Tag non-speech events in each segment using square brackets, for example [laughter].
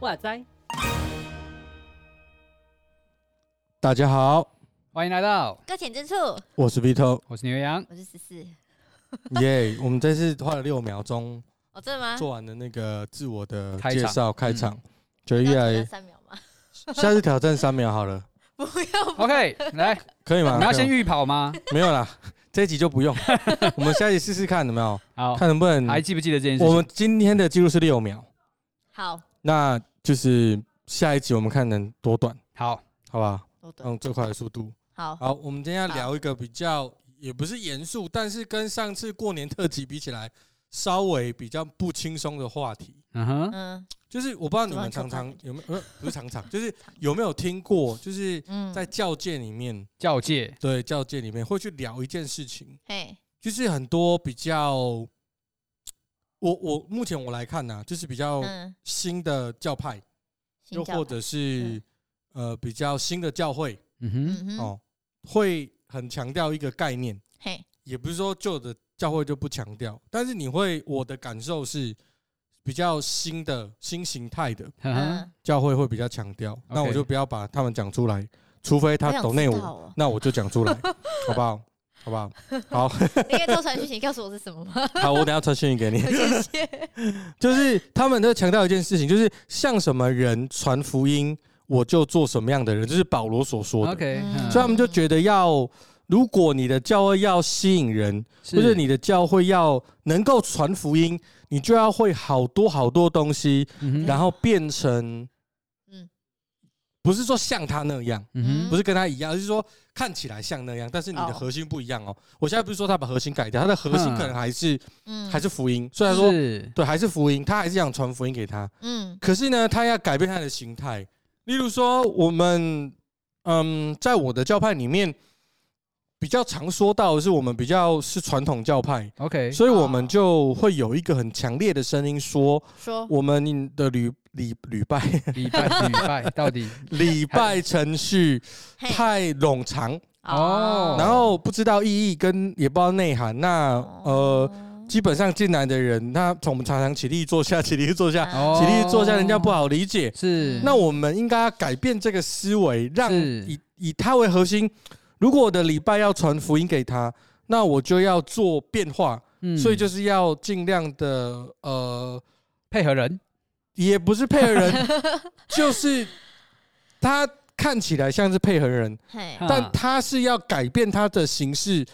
哇塞！大家好，欢迎来到，搁浅之处，我是 [laughs] Vito，我是牛羊。我是十四。耶我们这次花了六秒钟哦，真的吗？做完了那个自我的开介场嗯绍开场，觉得要越挑来战越三秒吗？啊 [laughs] 下次挑战三秒好 [laughs] 了，不要吧， OK，来，可以我吗？们要可以先吗预跑吗？没有啦，这一集就 [laughs] 不用，我们下一集试试看有没有，好，啊看能不能。还记不记得这件事情？我们今天的记录是六秒，好，那就是下一集我们看能多短，好，好吧？我懂。用最快的速度。好，好，我们今天要好聊一个比较也不是严肃，但是跟上次过年特辑比起来，稍微比较不轻松的话题。嗯哼，嗯就是我不知道你们常常怎么常有没有，呃，不是常常，就是有没有听过，就是嗯，在教界里面，教界，对教界里面会去聊一件事情，嘿，就是很多比较，我我目前我来看呢、就是比较嗯，新的教派，又新教或者是呃比较新的教会嗯哼，嗯哼，哦，会很强调一个概念，嘿，也不是说旧的教会就不强调，但是你会我的感受是比较新的新形态的。嗯哼，嗯，教会会比较强调，那我就不要把他们讲出来，除非我他想懂内知道我，哦那我就讲 [laughs] 出来，好不好？好不好？你可以多传讯息告诉我是什么 [laughs] 吗？好，我等一下传讯息给 [laughs] 你。谢谢。就是他们都强调一件事情，就是像什么人传福音，我就做什么样的人，这、是保罗所说的。 OK，嗯所嗯以他们就觉得要，如果你的教会要吸引人，或者你的教会要能够传福音，你就要会好多好多东西，嗯哼然后变成，嗯嗯，不是说像他那样。嗯哼，不是跟他一样，而是说看起来像那样，但是你的哦核心不一样哦。我现在不是说他把核心改掉，他的核心嗯可能还是嗯， [laughs] 还是福音，虽然说是，对还是福音，他还是想传福音给他，嗯可是呢，他要改变他的形态。例如说，我们嗯，在我的教派里面比较常说到的是，我们比较是传统教派， OK，所以我哦们就会有一个很强烈的声音说，说我们的礼礼礼拜 [laughs] 礼拜礼拜到底礼拜程序嘿太冗长。哦然后不知道意义跟也不知道内涵，那哦呃，基本上进来的人，他从我们常常起立坐下，起立坐下，哦起立坐下，人家不好好理嗯解。是，那我们应该要改变这个思维，让是以以他为核心。如果我的礼拜要传福音给他，那我就要做变化，嗯所以就是要尽量的呃，配合人，也不是配 [laughs] 合人，就是他看起来像是配合人，嘿，嗯但他是要改变他的形式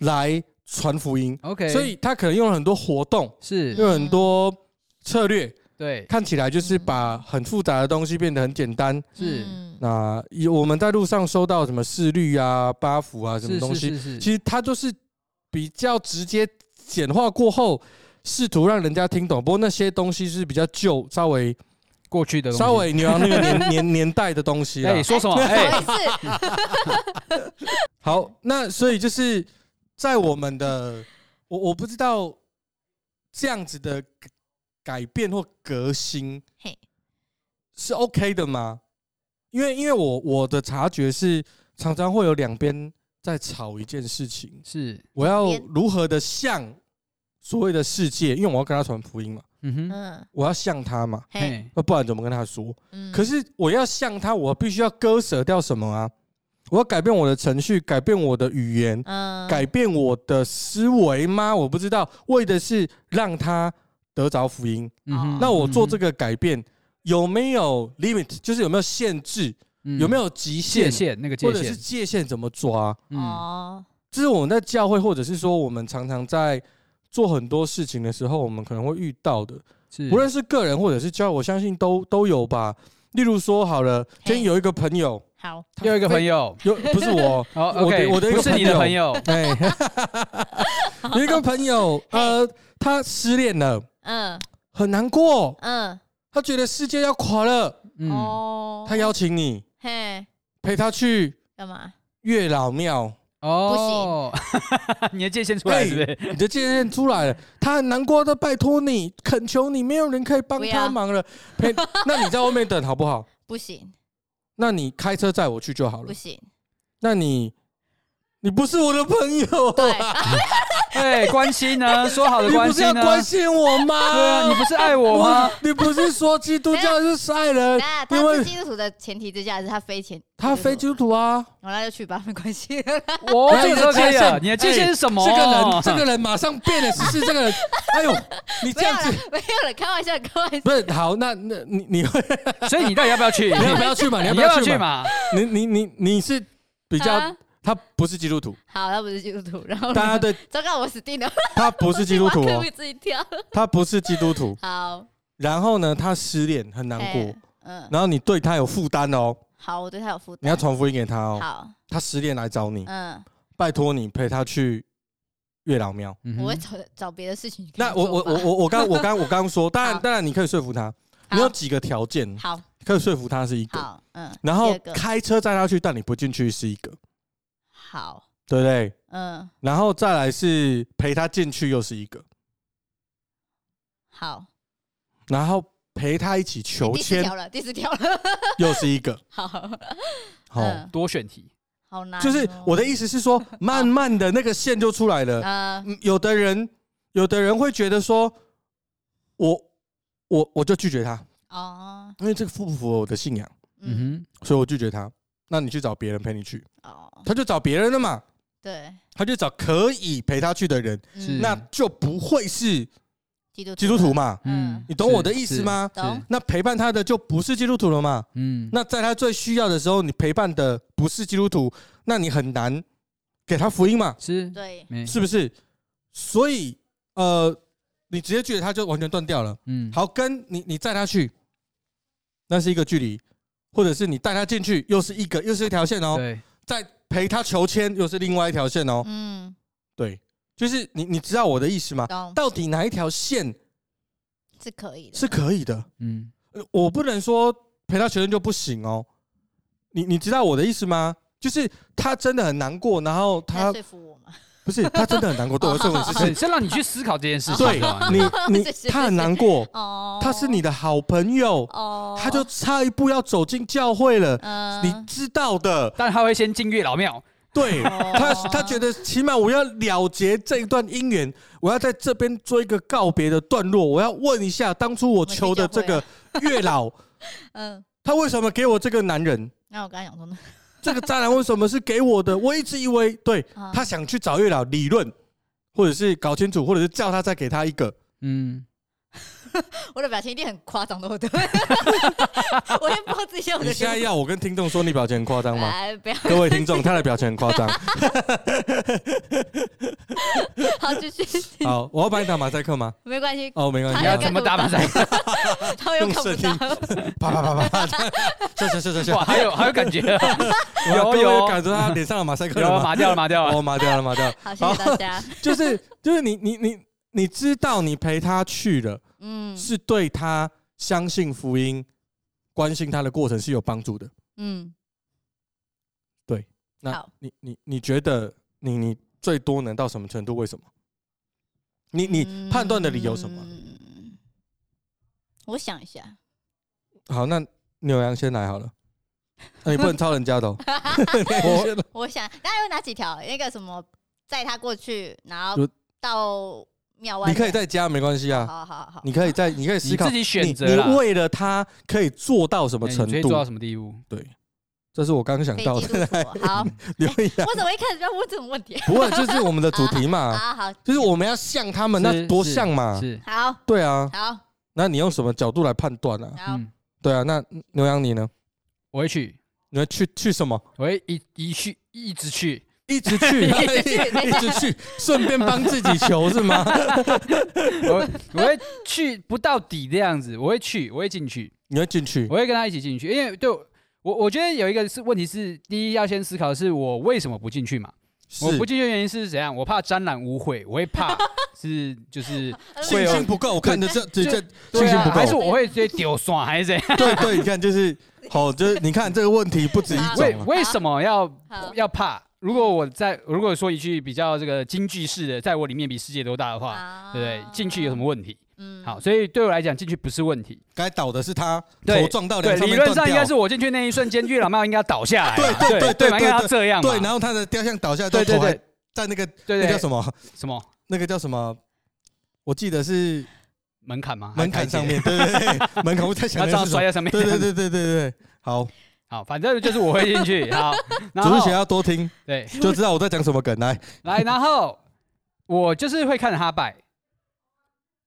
来传福音， OK，所以他可能用了很多活动，是用了很多策略，对看起来就是把很复杂的东西变得很简单。是嗯那有我们在路上收到什么四律啊、八福啊什么是东是西，是是，其实它就是比较直接简化过后，试图让人家听懂。不过那些东西是比较旧，稍微过去的东西稍微牛羊那个年年年代的东西啦。 [laughs] 哎说什么不好哎 [laughs] 意思，好，那所以就是在我们的，我我不知道这样子的改改变或革新嘿，是 OK 的吗？因为因为我我的察觉是，常常会有两边在吵一件事情，是我要两边如何的像所谓的世界，因为我要跟他传福音嘛，嗯哼，嗯，我要像他嘛，嘿，嘿那不然怎么跟他说？嗯，可是我要像他，我必须要割舍掉什么啊？我要改变我的程序，改变我的语言，嗯，改变我的思维吗？我不知道，为的是让他得着福音。嗯哦哼，那我做这个个改变有没有 limit？就是有没有限制？有没有极嗯界限？限那个界或者是限？界限怎么抓？嗯哦，这是我们在教会，或者是说我们常常在做很多事情的时候，我们可能会遇到的，是无论是个人或者是教会，我相信都都有吧。例如说，好了，今天有一个朋友，好，他又一个非朋友。，有不是我哦我的，OK，我的一个不是你的朋友， [laughs] 哎，有一个朋友，呃，他失恋了，嗯很难过，嗯，他觉得世界要垮了，嗯，哦，他邀请你嘿，陪他去干嘛？月 [laughs] 老庙，哦， [laughs] 你的界限出来是不是？你的界限出来了，他很难过，他拜托你，恳求你，没有人可以帮不他要忙了，陪，那你在外面等好不 [laughs] 好？不行，那你开车载我去就好 [laughs] 不了。行，那你，你不是我的朋友，对，哎，关心 [laughs] 呢？说好的你不关是心要呢？关心啊我吗？对啊，你不是爱我吗？你不是说基督教是爱人，那因他是为基督徒的前提之下，还是他非前，他非基督徒啊。好，那就去吧，没关 [laughs] 系。我哎这你个的可界以了，限你的界限是什哦么？这个人，这个人马上变了，只是这个 [laughs] 人。哎呦，你这没有样了子，没有了，开玩笑，开玩笑。不是好？那那你你 [laughs] 会 [laughs] 所以你到底要不要去？你要不要去嘛？你要你不要不要去去嘛？嘛？你你你你是比较啊，他不是基督徒，好，他不是基督徒，然后呢大家，对糟糕，我死定了，他不是基督 [laughs] 徒我哦可，自己跳。他不是基督徒。好，然后呢，他失恋很难过哎，，嗯，然后你对他有负担哦，好，我对他有负担。你要传福音给他哦。哎好，他失恋来找你，嗯，拜托你陪他去月老庙。嗯我会哼找找别的事情可以做吧。那我我我我我刚我刚我刚说，当然 [laughs] 好当然你可以说服他，你有几个条件好可以说服他是一个，好，嗯，然后第二个开车载他去，但你不进去是一个，好，对不对？嗯，然后再来是陪他进去又是一个，好，然后陪他一起求第四签条了，第四条了， [laughs] 又是一个，好，哦，嗯，多选题，好难哦。就是我的意思是说，慢慢的那个线就出来了。嗯，嗯有的人，有的人会觉得说，我我我就拒绝他，哦，因为这个符不符合我的信仰，嗯，嗯所以我拒绝他。那你去找别人陪你去，哦，他就找别人了嘛，对，他就找可以陪他去的人，是嗯那就不会是基督基督徒嘛，嘛？嗯嗯，你懂我的意思吗？是？懂是那陪伴他的就不是基督徒了嘛？嗯，那在他最需要的时候，你陪伴的不是基督徒，那你很难给他福音嘛？是对，没是不是？所以呃，你直接拒绝他就完全断掉了。嗯好，跟你你载他去，那是一个距离，或者是你带他进去，又是一个又是一条线哦。对再陪他求签，又是另外一条线哦。嗯，对，就是你你知道我的意思吗？懂，到底哪一条线是可以的，是可以的？嗯呃我不能说陪他求签就不行哦。你你知道我的意思吗？就是他真的很难过，然后在他说服我嘛，不是他真的很难 [laughs] 过，对我说我只啊是是是让你去思考这件 [laughs] 事情对的嘛，你你哦谢谢他很难过，哦，他是你，的好朋友，哦，他就差一步要走进教会了，嗯，你知道的，但他会先进月老庙，对哦他，他觉得起码我要了结这一段姻缘，我要在这边做一个告别的段落，我要问一下，当初我求的这个啊月老，嗯，他为什么给我这个男人？那我刚才讲说呢，这个渣男为什么是给我的？我一直以为，对啊他想去找月老理论，或者是搞清楚，或者是叫他再给他一个。嗯，我的表情一定很夸张的， [laughs] 我对，我先报自己我你的现在脸，要我跟听众说你表情很夸张 [laughs] 吗？哎，不要，各位听众，他的表情很夸 [laughs] 张。好，继续，好，我要帮你打马赛克吗？没关系，哦，没关他你系，要要怎干么打马赛克？他们又看不到，啪啪啪 [laughs] 啪啪，这样是是是是是， [laughs] 哇，还有还有感觉，我要有各位有感觉到他脸上的马赛克有了吗？麻掉了麻掉了，哦，麻掉了，麻掉了，好，谢谢大家，就是就是你你你你知道你陪他去了，嗯是对他相信福音、关心他的过程是有帮助的。嗯，那好你你你觉得你你最多能到什么程度？为什么？你你判断的理由什 [laughs] 么？嗯我想一下，好，那牛羊先来好了。那你不能抄人家的 [laughs] 哦。我我想，大家有哪几条？那个什么，载他过去，然后有到庙外，你可以在家没关系好啊，好好好，你可以在你可以你思考自己你选择啦你，为了他可以做到什么哎你程可以度做？到什么地步？对，这是我刚想可以到记 [laughs] 的。住我。好，留 [laughs] 言我怎么一开始就要问这种问题？不会，这是我们的主题嘛，好好就是我们要像他们，那是多像嘛？是，好对啊，好那你用什么角度来判断啊？好，嗯，对啊，那牛羊你呢？我会去，你会去去什么？我会一一去一直去，一直去， [laughs] 一直去，顺便帮自己求是 [laughs] 吗？我我会去不到底的样子，我会去，我会进去，你会进去我会跟他一起进去，因为对我，我我觉得有一个是问题是，第一要先思考的是我为什么不进去嘛？是我不进去的原因是怎样？我怕沾染污秽，我会怕是 [laughs] 就是呃会信有心不够，我看着这这就这信对心啊，不还是够。我会直接丢爽还是怎样？对对，你看就是好，就是你看这个问题不止一为种啊。 [laughs] 为什么要好要怕？如果我在如果说一句比较这个京剧式的，在我里面比世界都大的话，好，对不对？进去有什么？问题？啊嗯好，所以对我来讲，进去不是问题。该倒的是他，对头撞到对，梁理哦面论断上应该掉是。我进去那一瞬间，月老庙应该倒下来嘛，对对对对对嘛对应该要对这样嘛，对，然后他的雕像倒下来之对后，对头还对在那个对那对叫，什么？ [laughs] 什么那个叫什么？我记得是门槛吗？门槛上面，对对对， [laughs] 门槛我在想要那这样个是什么摔在上面。对 [laughs] 对对对对对，好，好，反正就是我会进去。好，然 [laughs] 主持人后要多听，对， [laughs] 就知道我在讲什么梗。来，来，然后我就是会看着他拜，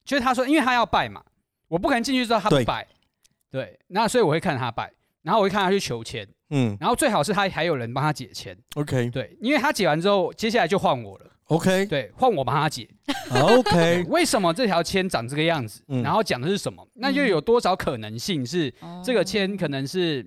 就是他说，因为他要拜嘛，我不可能进去之后他不对拜，对，那所以我会看着他拜，然后我会看他去求签，嗯然后最好是他还有人帮他解签， ，OK 对，因为他解完之后，接下来就换我了， OK 对，换我帮他解，对 [laughs] OK，为什么这条签长这个样子，嗯然后讲的是什么，那就有多少可能性是这个签可能是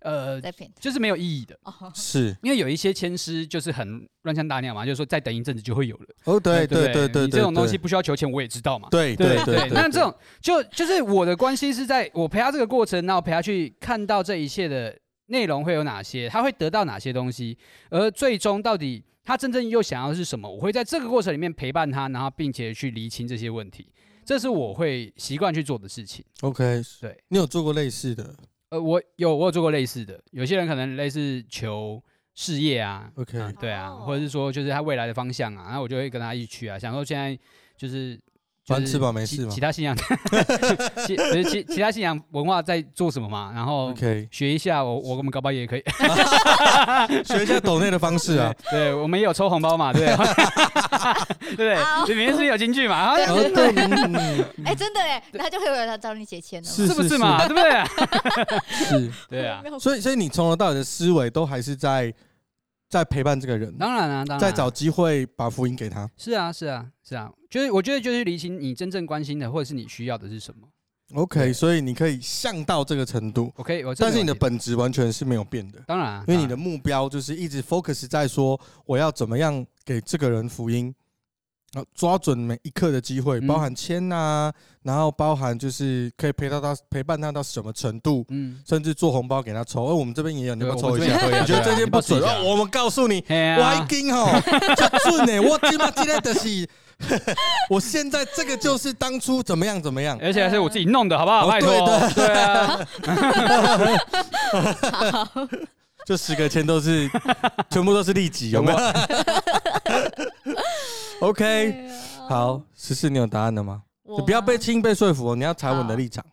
呃在哦骗就是没有意义的。哦，是因为有一些签师就是很乱枪打鸟嘛，就是说再等一阵子就会有了。哦，对哎对对不对对，你这种东西，不需要求签，我也知道嘛。对对不对对，那对这种就就是我的关系是在我陪他这个过程，然后陪他去看到这一切的内容会有哪些，他会得到哪些东西，而最终到底他真正又想要的是什么，我会在这个过程里面陪伴他，然后并且去厘清这些问题，这是我会习惯去做的事情。 OK，对，你有做过类似的呃，我有我有做过类似的，有些人可能类似求事业啊， OK 嗯对啊，哦或者是说就是他未来的方向啊，然后我就会跟他一起去啊，想说现在就是。就反正是吃饱没其事嘛其他信仰， [laughs] 其不是其其他信仰文化在做什么嘛？然后？OK，学一下，我我我们搞不好也可以。学一下抖内的方式啊。 [laughs] 对，我们也有抽红包嘛，对 [laughs] 不对？对好不对，里面是有金句嘛，啊哦对，嗯哎，真的哎，那就会有人来找你解签了嘛。是是不是嘛？对不对？ [laughs] [laughs] 是，对啊，所以所以你从头到尾的思维都还是在在陪伴这个人，当然啊，当然啊。在找机会把福音给他。是啊，是啊，是啊，就是我觉得就是厘清你真正关心的或者是你需要的是什么。 OK，所以你可以像到这个程度， OK，我这但没是你的问题本质完全是没有变的，当然啊，因为你当的然目标就是一直 focus 在说我要怎么样给这个人福音，然后抓准每一刻的机会，嗯包含签呐，然后包含就是可以陪到他陪伴他到什么程度。嗯，甚至做红包给他抽，哎，我们这边也有，你要不要对我们抽一下？这边也有我觉得这对啊件不准你，要不要试一下哦我们告诉你，嘿我还啊，惊吼，这准呢！我今嘛今天的是， [laughs] 我现在这个就是当初怎么样怎么样，而且还是我自己弄的，好不好？哦拜托对的，对啊，就十个签都是全部都是利己，[laughs] 有没有？OK，对啊好，十四，你有答案了吗？我你不要被吗轻易被说服哦，你要踩稳的立场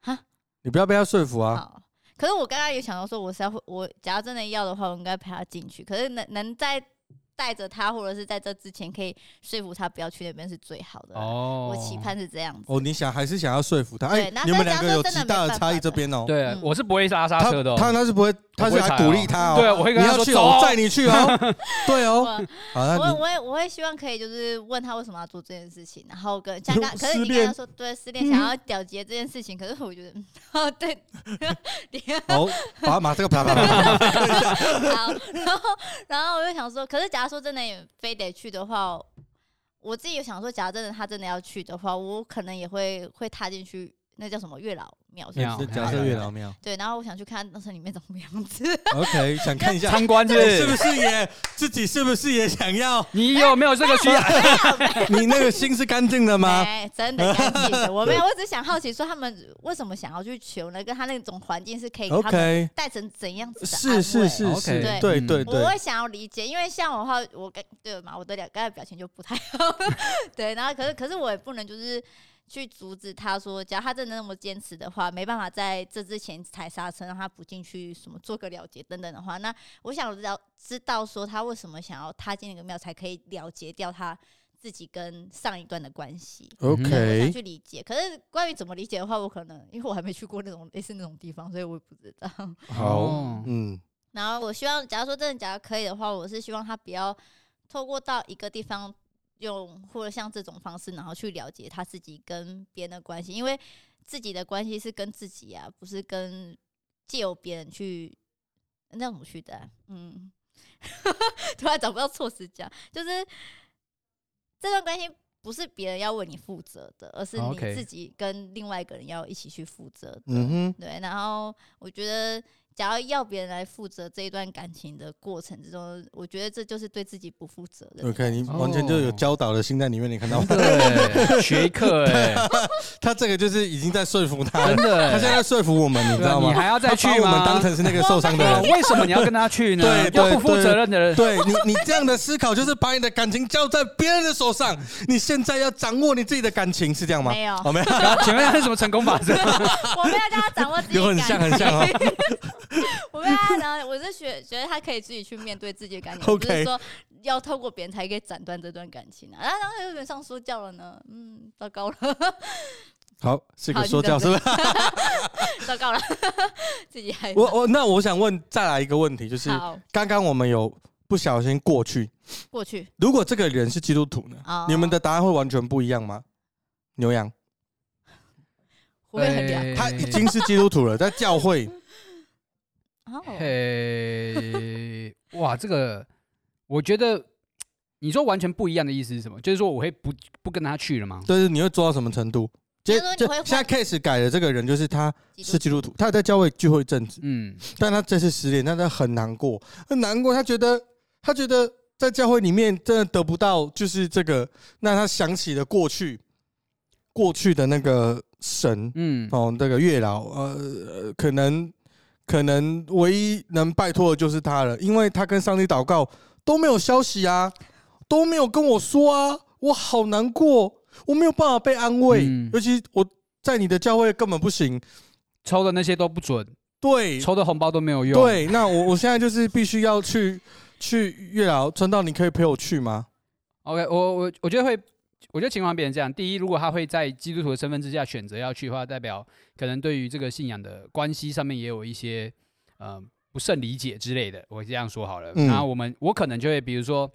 好哈。你不要被他说服啊！好。可是我刚刚也想到说，我是要我假如真的要的话，我应该陪他进去。可是能能在带着他，或者是在这之前可以说服他不要去那边是最好的啦。哦我期。盼是这样子。哦，你想还是想要说服他？哎对那，你们再两加个上有真极的大没的办差异，法这的边哦。对，嗯我是不会拉刹他车的哦。他那是不会，他是我不会踩来哦鼓励他哦。对，我会你跟他要说去，走我哦，载你去 [laughs] 哦。对哦，我好，那我你我也我会希望可以就是问他为什么要做这件事情，然后跟像 [laughs] 刚，可是失你恋刚刚说对失恋想要了结这件事情，可是我觉得嗯 [laughs] 哦 [laughs] 对，好，哦把马这个啪啪啪， [laughs] 好，然后然后我就想说，可是假如说真的也非得去的话，我自己有想说，假如真的他真的要去的话，我可能也会会踏进去，那叫什么月老庙是不庙是？好假设月老庙对，然后我想去看那城里面长什么样子。 ，OK，想看一下参观是不哎是不是？是也自己是不是也想要？你有没有这个需要？你那个心是干净的 [laughs] 吗？哎，真的干净的，我没有，我只想好奇说他们为什么想要去求呢？跟他那种环境是可以给他们 OK，带成怎样子的安是是慰是 OK 是，对对嗯对我对会想要理解，因为像我的话，我跟对嘛，我的两刚才表情就不太好， [laughs] 对，然后可是可是我也不能就是去阻止他说，假如他真的那么坚持的话，没办法在这之前踩刹车，让他不进去什么做个了结等等的话，那我想知道知道说他为什么想要踏进那个庙，才可以了结掉他自己跟上一段的关系。对我想，OK，去理解，可是关于怎么理解的话，我可能因为我还没去过那种类似那种地方，所以我也不知道。 [laughs] 好，哦，嗯，然后我希望，假如说真的假如可以的话，我是希望他不要透过到一个地方用或者像这种方式，然后去了解他自己跟别人的关系，因为自己的关系是跟自己啊，不是跟借由别人去那怎么去的啊、嗯， [laughs] 突然找不到措辞讲，就是这段关系。不是别人要为你负责的，而是你 OK 自己跟另外一个人要一起去负责的。嗯哼，对，然后我觉得，假如要别人来负责这一段感情的过程之中，我觉得这就是对自己不负责任。 OK，你哦完全就有教导的心在里面，你看到吗？对，学课哎， [laughs] 他这个就是已经在说服他真了，的，他现在在说服我们，你知对啊道吗？你还要再他去把我吗？们当成是那个受伤 [laughs] 的对啊人。为什么你要跟他去呢？对对又不负责任的 [laughs] 人，对你，你这样的思考就是把你的感情交在别人的手上。你现在要掌握你自己的感情，是这样吗？没有哦，没有，然后请问他是什么成功法则？我们要让他掌握自己 [laughs] 有的很像，感很情， [laughs] 像哦。我们要让他掌握。我是觉觉得他可以自己去面对自己的感情，不 OK 是说要透过别人才可以斩断这段感情啊。然后然后有点上说教了呢，嗯，糟糕了，好，这好个你说教讲是不是？ [laughs] 糟糕了，自己还我我那我想问，再来一个问题，就是好刚刚我们有不小心过去，过去如果这个人是基督徒呢，啊。你们的答案会完全不一样吗？牛羊，会不会呃很凉？他哎已经是基督徒了，在教会，哦，嘿，哇，这个我觉得你说完全不一样的意思是什么？就是说我会不不跟他去了吗？就是你会做到什么程度？就就是说你就会换现在 case 改的这个人，就是他基督是基督徒，他有在教会聚会一阵子，嗯，但他这次失恋，但他很难过，很难过，他觉得他觉得在教会里面真的得不到就是这个，那他想起了过去过去的那个神，嗯，哦，这个月老，呃，呃可能可能唯一能拜托的就是他了，因为他跟上帝祷告都没有消息啊，都没有跟我说啊，我好难过，我没有办法被安慰，嗯尤其我在你的教会根本不行，抽的那些都不准，对抽的红包都没有用。，对，那我我现在就是必须要去去月老，春道，你可以陪我去吗？ OK，我我我觉得会，我觉得情况变成这样。第一，如果他会在基督徒的身份之下选择要去的话，代表可能对于这个信仰的关系上面也有一些呃不甚理解之类的。我这样说好了，嗯然后我们我可能就会比如说，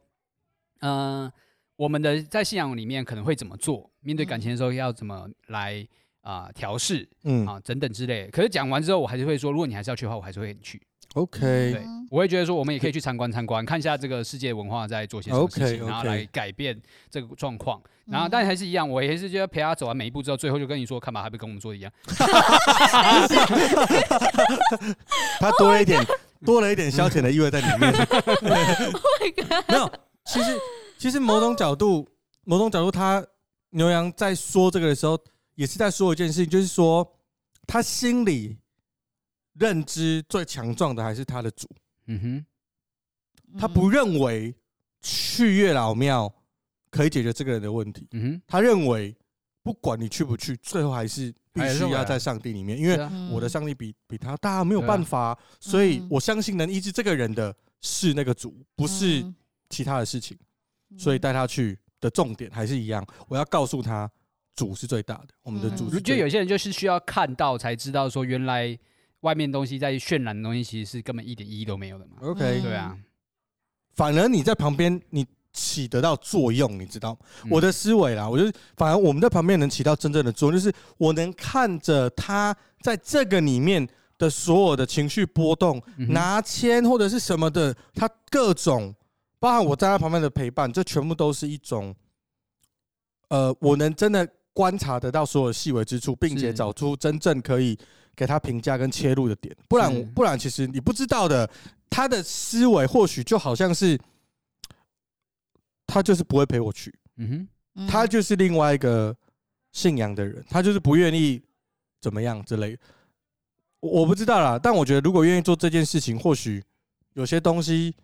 嗯、我们的在信仰里面可能会怎么做，面对感情的时候要怎么来啊、调试嗯啊等等之类的。可是讲完之后，我还是会说，如果你还是要去的话，我还是会去。 ，OK，对嗯，我会觉得说，我们也可以去参观参观，看一下这个世界文化在做些什么事情 OK，OK 然后来改变这个状况。然嗯后， [laughs] 但还是一样，我也是就要陪他走完每一步之后，最后就跟你说，看吧，还不跟我们做一样。他多了一点、多了一点消遣的意味在里面。 [laughs] 没有，其实其实某种 [laughs] 角度，某种角度，他牛羊在说这个的时候，也是在说一件事情，就是说他心里认知最强壮的还是他的主，嗯哼，嗯他不认为去月老庙可以解决这个人的问题，嗯他认为不管你去不去，最后还是必还是须回来要在上帝里面，因哼，为是啊，嗯我的上帝比比他大，没有对啊办法啊、所以嗯我相信能医治这个人的是那个主，不是嗯嗯其他的事情。所以带他去的重点还是一样，我要告诉他主是最大的，我们的主嗯是就最大有些人就是需要看到才知道说，原来外面东西在渲染的东西，其实是根本一点意义都没有的嘛。的 OK，、嗯对啊，反而你在旁边你起得到作用，你知道吗？嗯我的思维啦，我就是反而我们在旁边能起到真正的作用，就是我能看着他在这个里面的所有的情绪波动，嗯哼拿签或者是什么的，他各种，包含我在他旁边的陪伴，这全部都是一种，呃，我能真的观察得到所有细微之处，并且是找出真正可以给他评价跟切入的点。不是然，不然，其实你不知道的，他的思维或许就好像是，他就是不会陪我去，嗯哼，他就是另外一个信仰的人，他就是不愿意怎么样之类的。我我不知道啦，但我觉得如果愿意做这件事情，或许有些东西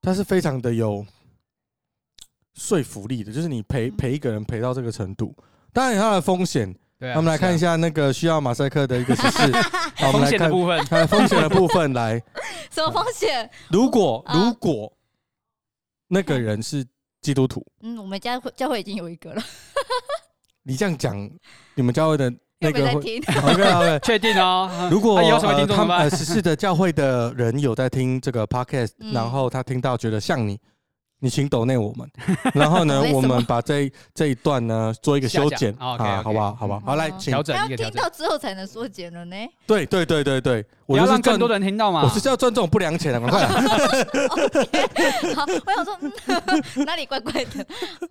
它是非常的有说服力的，就是你陪嗯陪一个人陪到这个程度。当然有它的风险，对啊。那我们来看一是啊下那个需要马赛克的一个指 [laughs] 示。好，我们风来险的看部分。看风险的部分来。什么风险？[laughs] 如果啊如果那个人是基督徒，嗯，我们家会教会已经有一个了，你这样讲，你们教会的 [laughs] 那又没个在 [laughs] 会哦听。 OK OK。确定 [laughs] 哦，如果、 [laughs] 啊以后什么呃听众他怎么们办呃十四的教会的人有在听这 [laughs] 个 podcast，、嗯然后他听到觉得像你，你请抖内我们， [laughs] 然后呢为，什么我们把这一这一段呢做一个修剪下架哦啊， OK，OK 好不好？好不好？好，来，哦请调整要一个调听整，到之后才能缩减了呢。 [laughs] 对对对对对，不我要就是让更赚多，的人听到嘛。我就是要赚这种不良钱的，赶快 [laughs] 啊！好，我想说、嗯、 [laughs] 哪里怪怪的，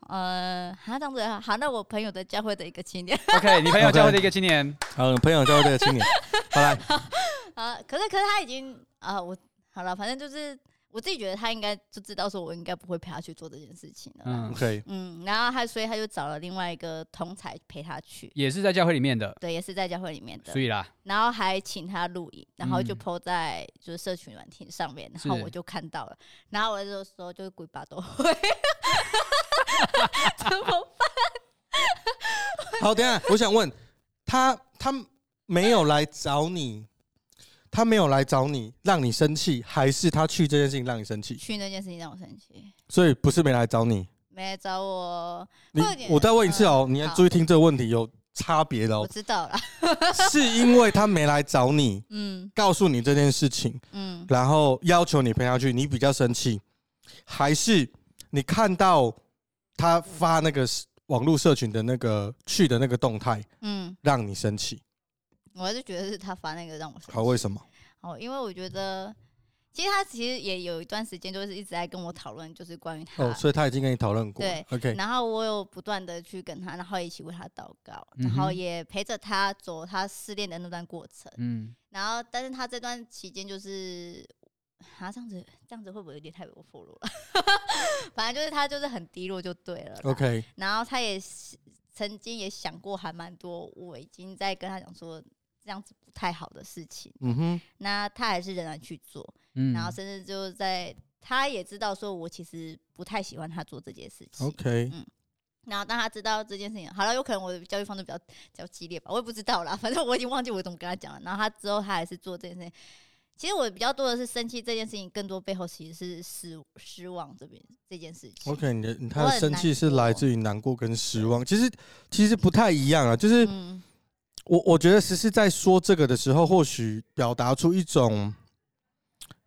呃，好，这样子好，那我朋友的教会的一个青年， [laughs] OK，你朋友 [laughs] OK 教会的一个青年，好，朋友教会这个青年，好来，啊，可是可是他已经啊，我好了，反正就是我自己觉得他应该就知道说，我应该不会陪他去做这件事情了啦。嗯， OK，嗯然后他所以他就找了另外一个同才陪他去，也是在教会里面的，对，也是在教会里面的所，以啦，然后还请他录影，然后就嗯 PO 在就是社群软体上面，然是后我就看到了，然后我那时候就鬼巴都会，怎么 [laughs] 好，等一下我想问他，他没有来找你，他没有来找你，让你生气，还是他去这件事情让你生气？去那件事情让我生气？所以不是没来找你，没来找我，你会有点啊我再问一次哦，你要好注意听这个问题有差别的我 [laughs] 哦，知道了。是因为他没来找你，嗯告诉你这件事情，嗯，然后要求你陪他去，你比较生气，还是你看到他发那个网络社群的那个去的那个动态，嗯，让你生气？我还是觉得是他发那个让我生气。好，为什么？哦，因为我觉得，其实他其实也有一段时间就是一直在跟我讨论，就是关于他。哦，所以他已经跟你讨论过了。对 o k 然后我有不断的去跟他，然后一起为他祷告，嗯然后哼也陪着他走他失恋的那段过程。嗯，然后，但是他这段期间就是，啊，这样子这样子会不会有点太我俘虏了？ [laughs] 反正就是他就是很低落就对了啦。 OK，然后他也是曾经也想过还蛮多，我已经在跟他讲说这样子不太好的事情，嗯哼，那他还是仍然去做。嗯然后甚至就在他也知道说我其实不太喜欢他做这件事情。 OK，然后当他知道这件事情，好了，有可能我的教育方式比较比较激烈吧，我也不知道啦，反正我已经忘记我怎么跟他讲了。然后他之后他还是做这件事情。其实我比较多的是生气这件事情，更多背后其实是失失望这边这件事情。 OK，你的你他我的很生气难是过来自于难过跟失望，其实其实不太一样啊。就是嗯我我觉得实是在说这个的时候，或许表达出一种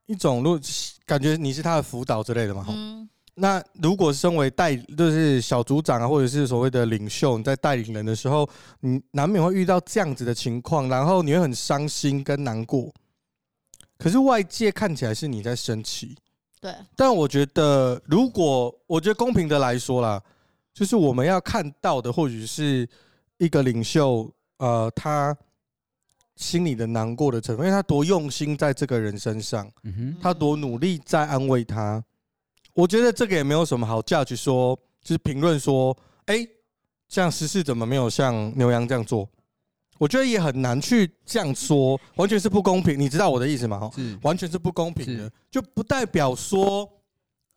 一种，如果感觉你是他的辅导之类的嘛。吼嗯那如果身为带就是小组长啊，或者是所谓的领袖，你在带领人的时候，你难免会遇到这样子的情况，然后你会很伤心跟难过。可是外界看起来是你在生气，对，但我觉得，如果我觉得公平的来说啦，就是我们要看到的，或许是一个领袖，呃，他心里的难过的成分，因为他多用心在这个人身上，嗯哼，他多努力在安慰他。我觉得这个也没有什么好 judge 说，就是评论说，哎、这样十四怎么没有像牛羊这样做？我觉得也很难去这样说，完全是不公平。你知道我的意思吗？嗯吼是完全是不公平的是，就不代表说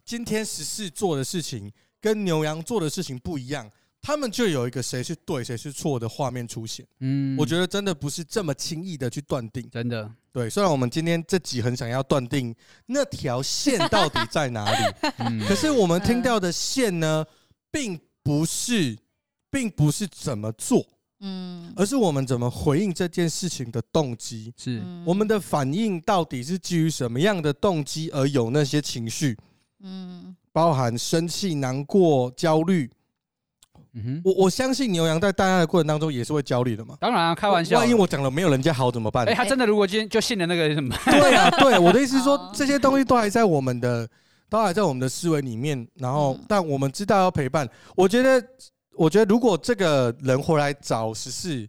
今天十四做的事情跟牛羊做的事情不一样，他们就有一个谁是对谁是错的画面出现。嗯我觉得真的不是这么轻易的去断定。真的，对，虽然我们今天这集很想要断定那条线到底在 [laughs] 哪里，嗯，可是我们听到的线呢，并不是，并不是怎么做，嗯，而是我们怎么回应这件事情的动机。是嗯我们的反应到底是基于什么样的动机而有那些情绪，嗯包含生气、难过、焦虑。嗯哼，我我相信牛羊在大家的过程当中也是会焦虑的嘛。当然啊，开玩笑，万一我讲了没有人家好怎么办哎，？他真的如果今天就信了那个 [laughs] 什么，对啊，对，我的意思是说哦，这些东西都还在我们的，都还在我们的思维里面。然后嗯，但我们知道要陪伴。我觉得，我觉得如果这个人回来找十四，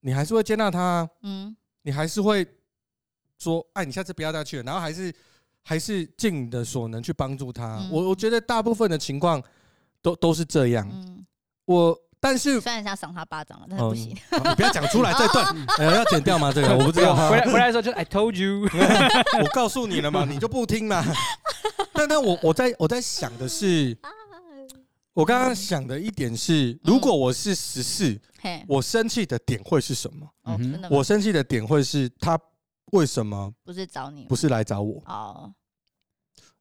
你还是会接纳他啊。嗯你还是会说，哎，你下次不要再去了，然后还是还是尽你的所能去帮助他。嗯我我觉得大部分的情况都都是这样。嗯，我但是，虽然想赏他巴掌了，但是不 [laughs] 行。嗯好你不要讲出来 [laughs] 这段，哦呃，要剪掉吗？这个我不知道。回来回来的时候就 I told you，我告诉你了嘛，你就不听嘛。 [laughs] 但但我我在我在想的是，我刚刚想的一点是，如果我是十四，嘿，我生气的点会是什么？哦，嗯哼真的吗我生气的点会是他为什么不是找你不是来找我？哦，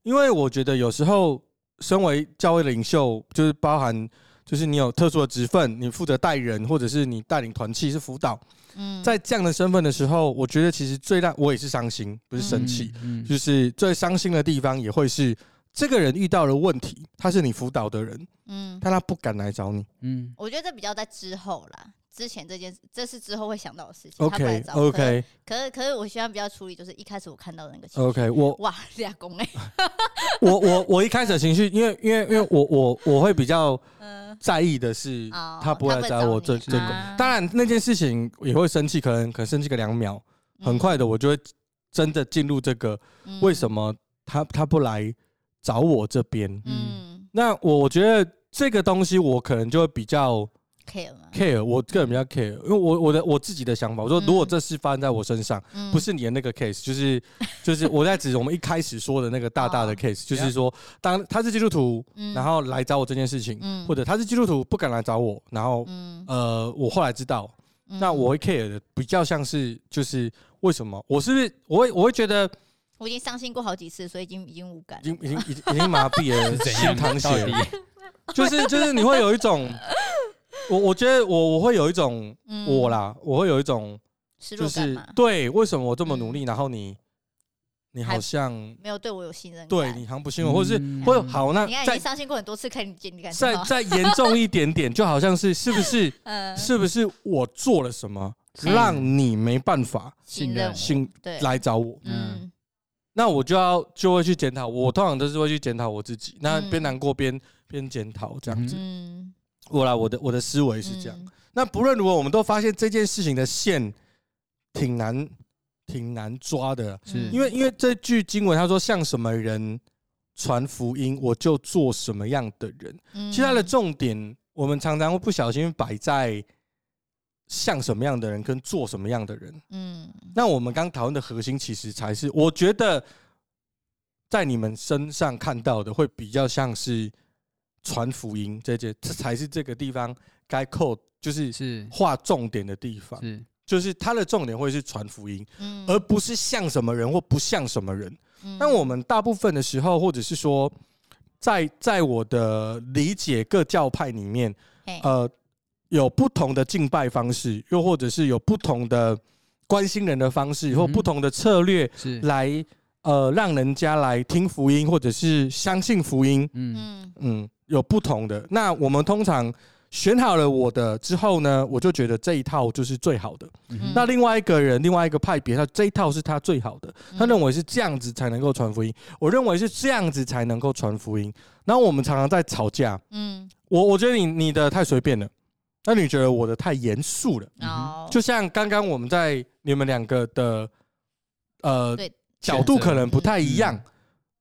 因为我觉得有时候身为教会领袖，就是包含就是你有特殊的职分，你负责带人，或者是你带领团契是辅导，嗯，在这样的身份的时候，我觉得其实最让我也是伤心，不是 [laughs] 生气，嗯，嗯就是最伤心的地方也会是这个人遇到了问题，他是你辅导的人，嗯，但他不敢来找你。嗯，我觉得这比较在之后啦，之前这件事，这是之后会想到的事情。他不来 OK 找我 OK 哦可是可是可是我希望比较处理，就是一开始我看到的那个情绪 OK，我哇， [laughs] 俩公哎，我我 [laughs] 我一开始的情绪，因为因为因为我我我会比较嗯，在意的是哦他不会来他不会找找我你这这个啊当然那件事情也会生气，可能可能生气个两秒。很快的我就会真的进入这个嗯为什？么他他不来找我这边？嗯那我我觉得这个东西我可能就会比较，care 吗？ care，我个人比较 care，因为我我的我自己的想法，我说嗯如果这事发生在我身上，嗯不是你的那个 case，就是就是我在指我们一开始说的那个大大的哦 case，就是说当他是基督徒，嗯，然后来找我这件事情，嗯或者他是基督徒不敢来找我，然后嗯，呃，我后来知道，嗯那我会 care 的比较像是就是为什么我是不是我会我会觉得我已经伤心过好几次，所以已经已经无感已了。经已经已经已经麻痹了是怎心样淌到血底了，就是就是你会有一 [laughs] 种，我我觉得我我会有一种嗯我，啦，我会有一种失就落感嗯是嘛，对，为什么我这么努力，然后你你好像没有对我有信任感。对你好像不信我，或者是嗯或者好那你看已再经伤心过很多次，看你你感受再到，再严重一点点，就好像是是不是 [laughs] 嗯，是不是我做了什么嗯让你没办法信任我信对，来找我？嗯那我就要就会去检讨，我通常都是会去检讨我自己，那嗯边难过边边检讨这样子。嗯，我啦，我的我的思维是这样。那不论如何，我们都发现这件事情的线挺难挺难抓的，啊嗯，是嗯因为因为这句经文他说像什么人传福音，我就做什么样的人。嗯其实它的重点，我们常常会不小心摆在像什么样的人跟做什么样的人。嗯那我们刚讨论的核心，其实才是我觉得在你们身上看到的，会比较像是传福音这些，这才是这个地方该扣，就是是画重点的地方，是，就是它的重点会是传福音，嗯，而不是像什么人或不像什么人。嗯但我们大部分的时候，或者是说，在在我的理解，各教派里面嘿，呃，有不同的敬拜方式，又或者是有不同的关心人的方式，或嗯哼不同的策略是，嗯来呃，让人家来听福音，或者是相信福音。嗯嗯嗯，有不同的。那我们通常选好了我的之后呢，我就觉得这一套就是最好的。嗯嗯哼那另外一个人，另外一个派别，他这一套是他最好的， 음,他认为是这样子才能够传福音。我认为是这样子才能够传福音。然后我们常常在吵架，嗯，我我觉得你你的太随便了，那你觉得我的太严肃了。哦，就像刚刚我们在你们两个的呃对角度可能不太一样，嗯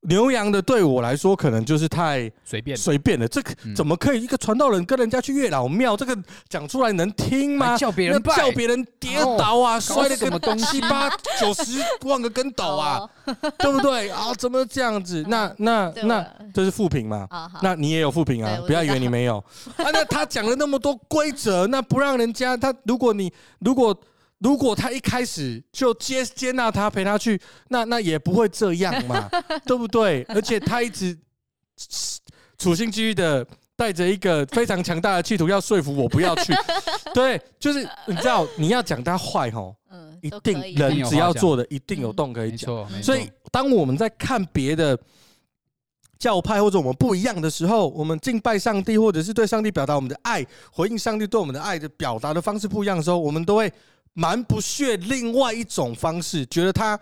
牛羊的对我来说可能就是太随便随便了，这个嗯怎么可以一个传道人跟人家去月老庙？这个讲出来能听吗还？叫别那人拜，哦叫别人跌倒啊，摔了什么个东七八九十万个跟斗啊，哦， [laughs] 对不对？啊，怎么这样子？那那嗯对那我这是负评嘛？啊好，那你也有负评啊对我，不要知以道为你没有啊。那他讲了那么多规则，那不让人家他，如果你如果如果他一开始就接接纳他陪他去，那那也不会这样 [laughs] 嘛，对不对？而且他一直处心积虑的带着一个非常强大的企图要说服我不要 [laughs] 去，对，就是你知道你要讲他坏吼，嗯，一都可定以一定人有只话要讲做的一定有嗯洞可以没讲。错，没所以错，当我们在看别的教派或者我们不一样的时候，我们敬拜上帝或者是对上帝表达我们的爱，回应上帝对我们的爱的表达的方式不一样的时候，我们都会蛮不屑另外一种方式，觉得他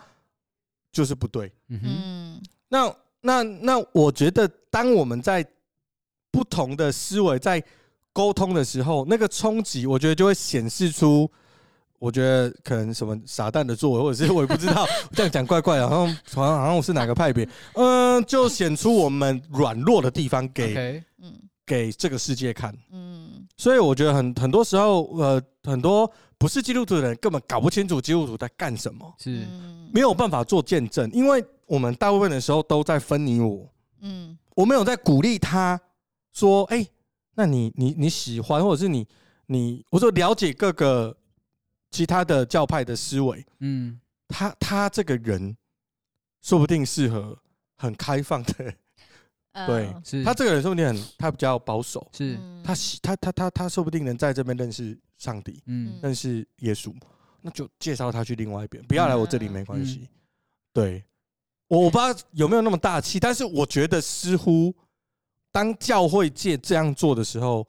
就是不对。嗯哼，嗯那那那，我觉得当我们在不同的思维在沟通的时候，那个冲击，我觉得就会显示出，我觉得可能什么傻蛋的作为，或者是我也不知道， [laughs] 这样讲怪怪的，好像好像好像我是哪个派别，嗯，就显出我们软弱的地方给 OK，嗯给这个世界看。嗯所以我觉得很很多时候，呃，很多不是基督徒的人根本搞不清楚基督徒在干什么，是，嗯没有办法做见证，因为我们大部分的时候都在分你我。嗯我没有在鼓励他说，哎、那你你你喜欢，或者是你你，我说了解各个其他的教派的思维，嗯，他他这个人说不定适合很开放的，呃对嗯是，他这个人说不定很他比较保守，是，嗯他喜他他他他说不定能在这边认识上帝，嗯嗯认识耶稣，那就介绍他去另外一边，不要来我这里没关系。对，我我不知道有没有那么大气，但是我觉得似乎当教会界这样做的时候，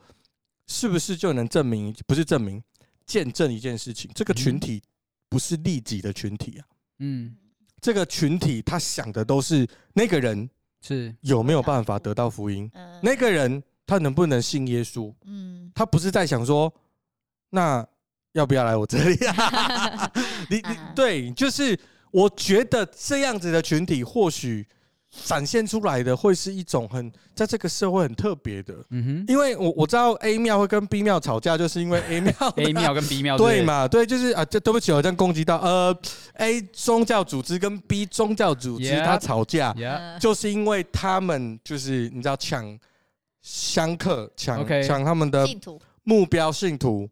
是不是就能证明，不是证明，见证一件事情，这个群体不是利己的群体啊，嗯，这个群体他想的都是那个人是，有没有办法得到福音，嗯那个人他能不能信耶稣，嗯他不是在想说，那要不要来我这里啊？你你啊对，就是我觉得这样子的群体，或许展现出来的会是一种很在这个社会很特别的。嗯因为我我知道 A 庙会跟 B 庙吵架，就是因为 A 庙哼，A [laughs] 庙跟 B 庙之类 [laughs] 对的？嘛？对，就是啊，这对不起，我这样攻击到呃 A 宗教组织跟 B 宗教组织 Yeah 它吵架， Yeah，嗯就是因为他们就是你知道抢香客，抢 OK 抢他们的信徒目标信徒。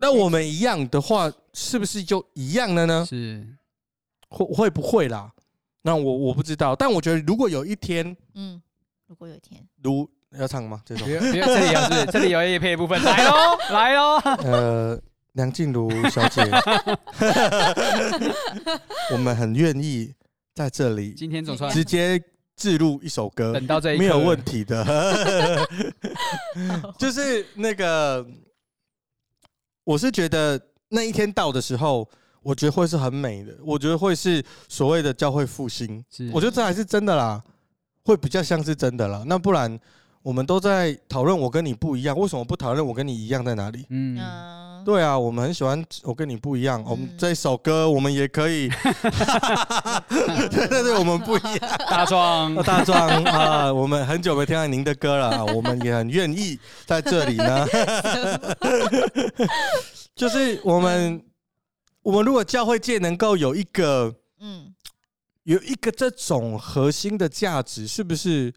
那我们一样的话，是不是就一样了呢？是会会不会啦？那我我不知道，但我觉得如果有一天，嗯，如果有一天，如要唱吗？这种不要不要，这里有是不是这里有叶配的部分，来喽来喽， [laughs] 呃，梁静茹小姐，我们很愿意在这里今天总算直接置入一首歌，等到这一刻没有问 [laughs] 题的。就是那个，我是觉得那一天到的时候，我觉得会是很美的，我觉得会是所谓的教会复兴，是我觉得这还是真的啦，会比较像是真的啦。那不然我们都在讨论我跟你不一样，为什么不讨论我跟你一样在哪里？嗯嗯，对啊，我们很喜欢我跟你不一样，我们嗯这首歌我们也可以， [laughs] 음,对对对，我们不一样。大壮 [laughs] 那大壮啊，我们很久没听到您的歌了，我们也很愿意在这里呢。就是我们，我们如果教会界能够有一个嗯，有一个这种核心的价值，是不是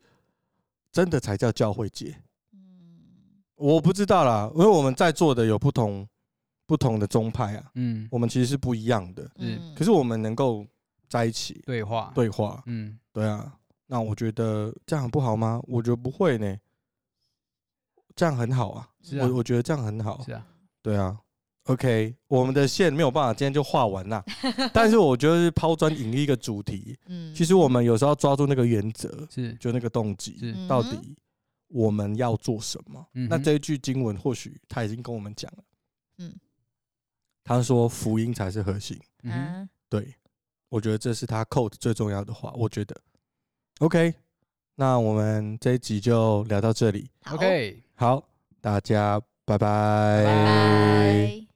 真的才叫教会界？嗯我不知道啦，因为我们在座的有不同不同的宗派啊，嗯我们其实是不一样的，嗯，可是我们能够在一起对话对话，嗯对啊，那我觉得这样很不好吗？我觉得不会呢，这样很好啊。是啊我我觉得这样很好，是啊对啊。OK，我们的线没有办法今天就画 [laughs] 完啦，但是我觉得是抛砖引玉一个主题。嗯，其实我们有时候要抓住那个原则，是就那个动机，是嗯到底我们要做什么？嗯哼那这一句经文或许他已经跟我们讲了，嗯嗯，他说福音才是核心。 어.嗯哼啊对，我觉得这是他 code 最重要的话，我觉得。OK，那我们这一集就聊到这里。好 OK。好，大家拜拜拜拜。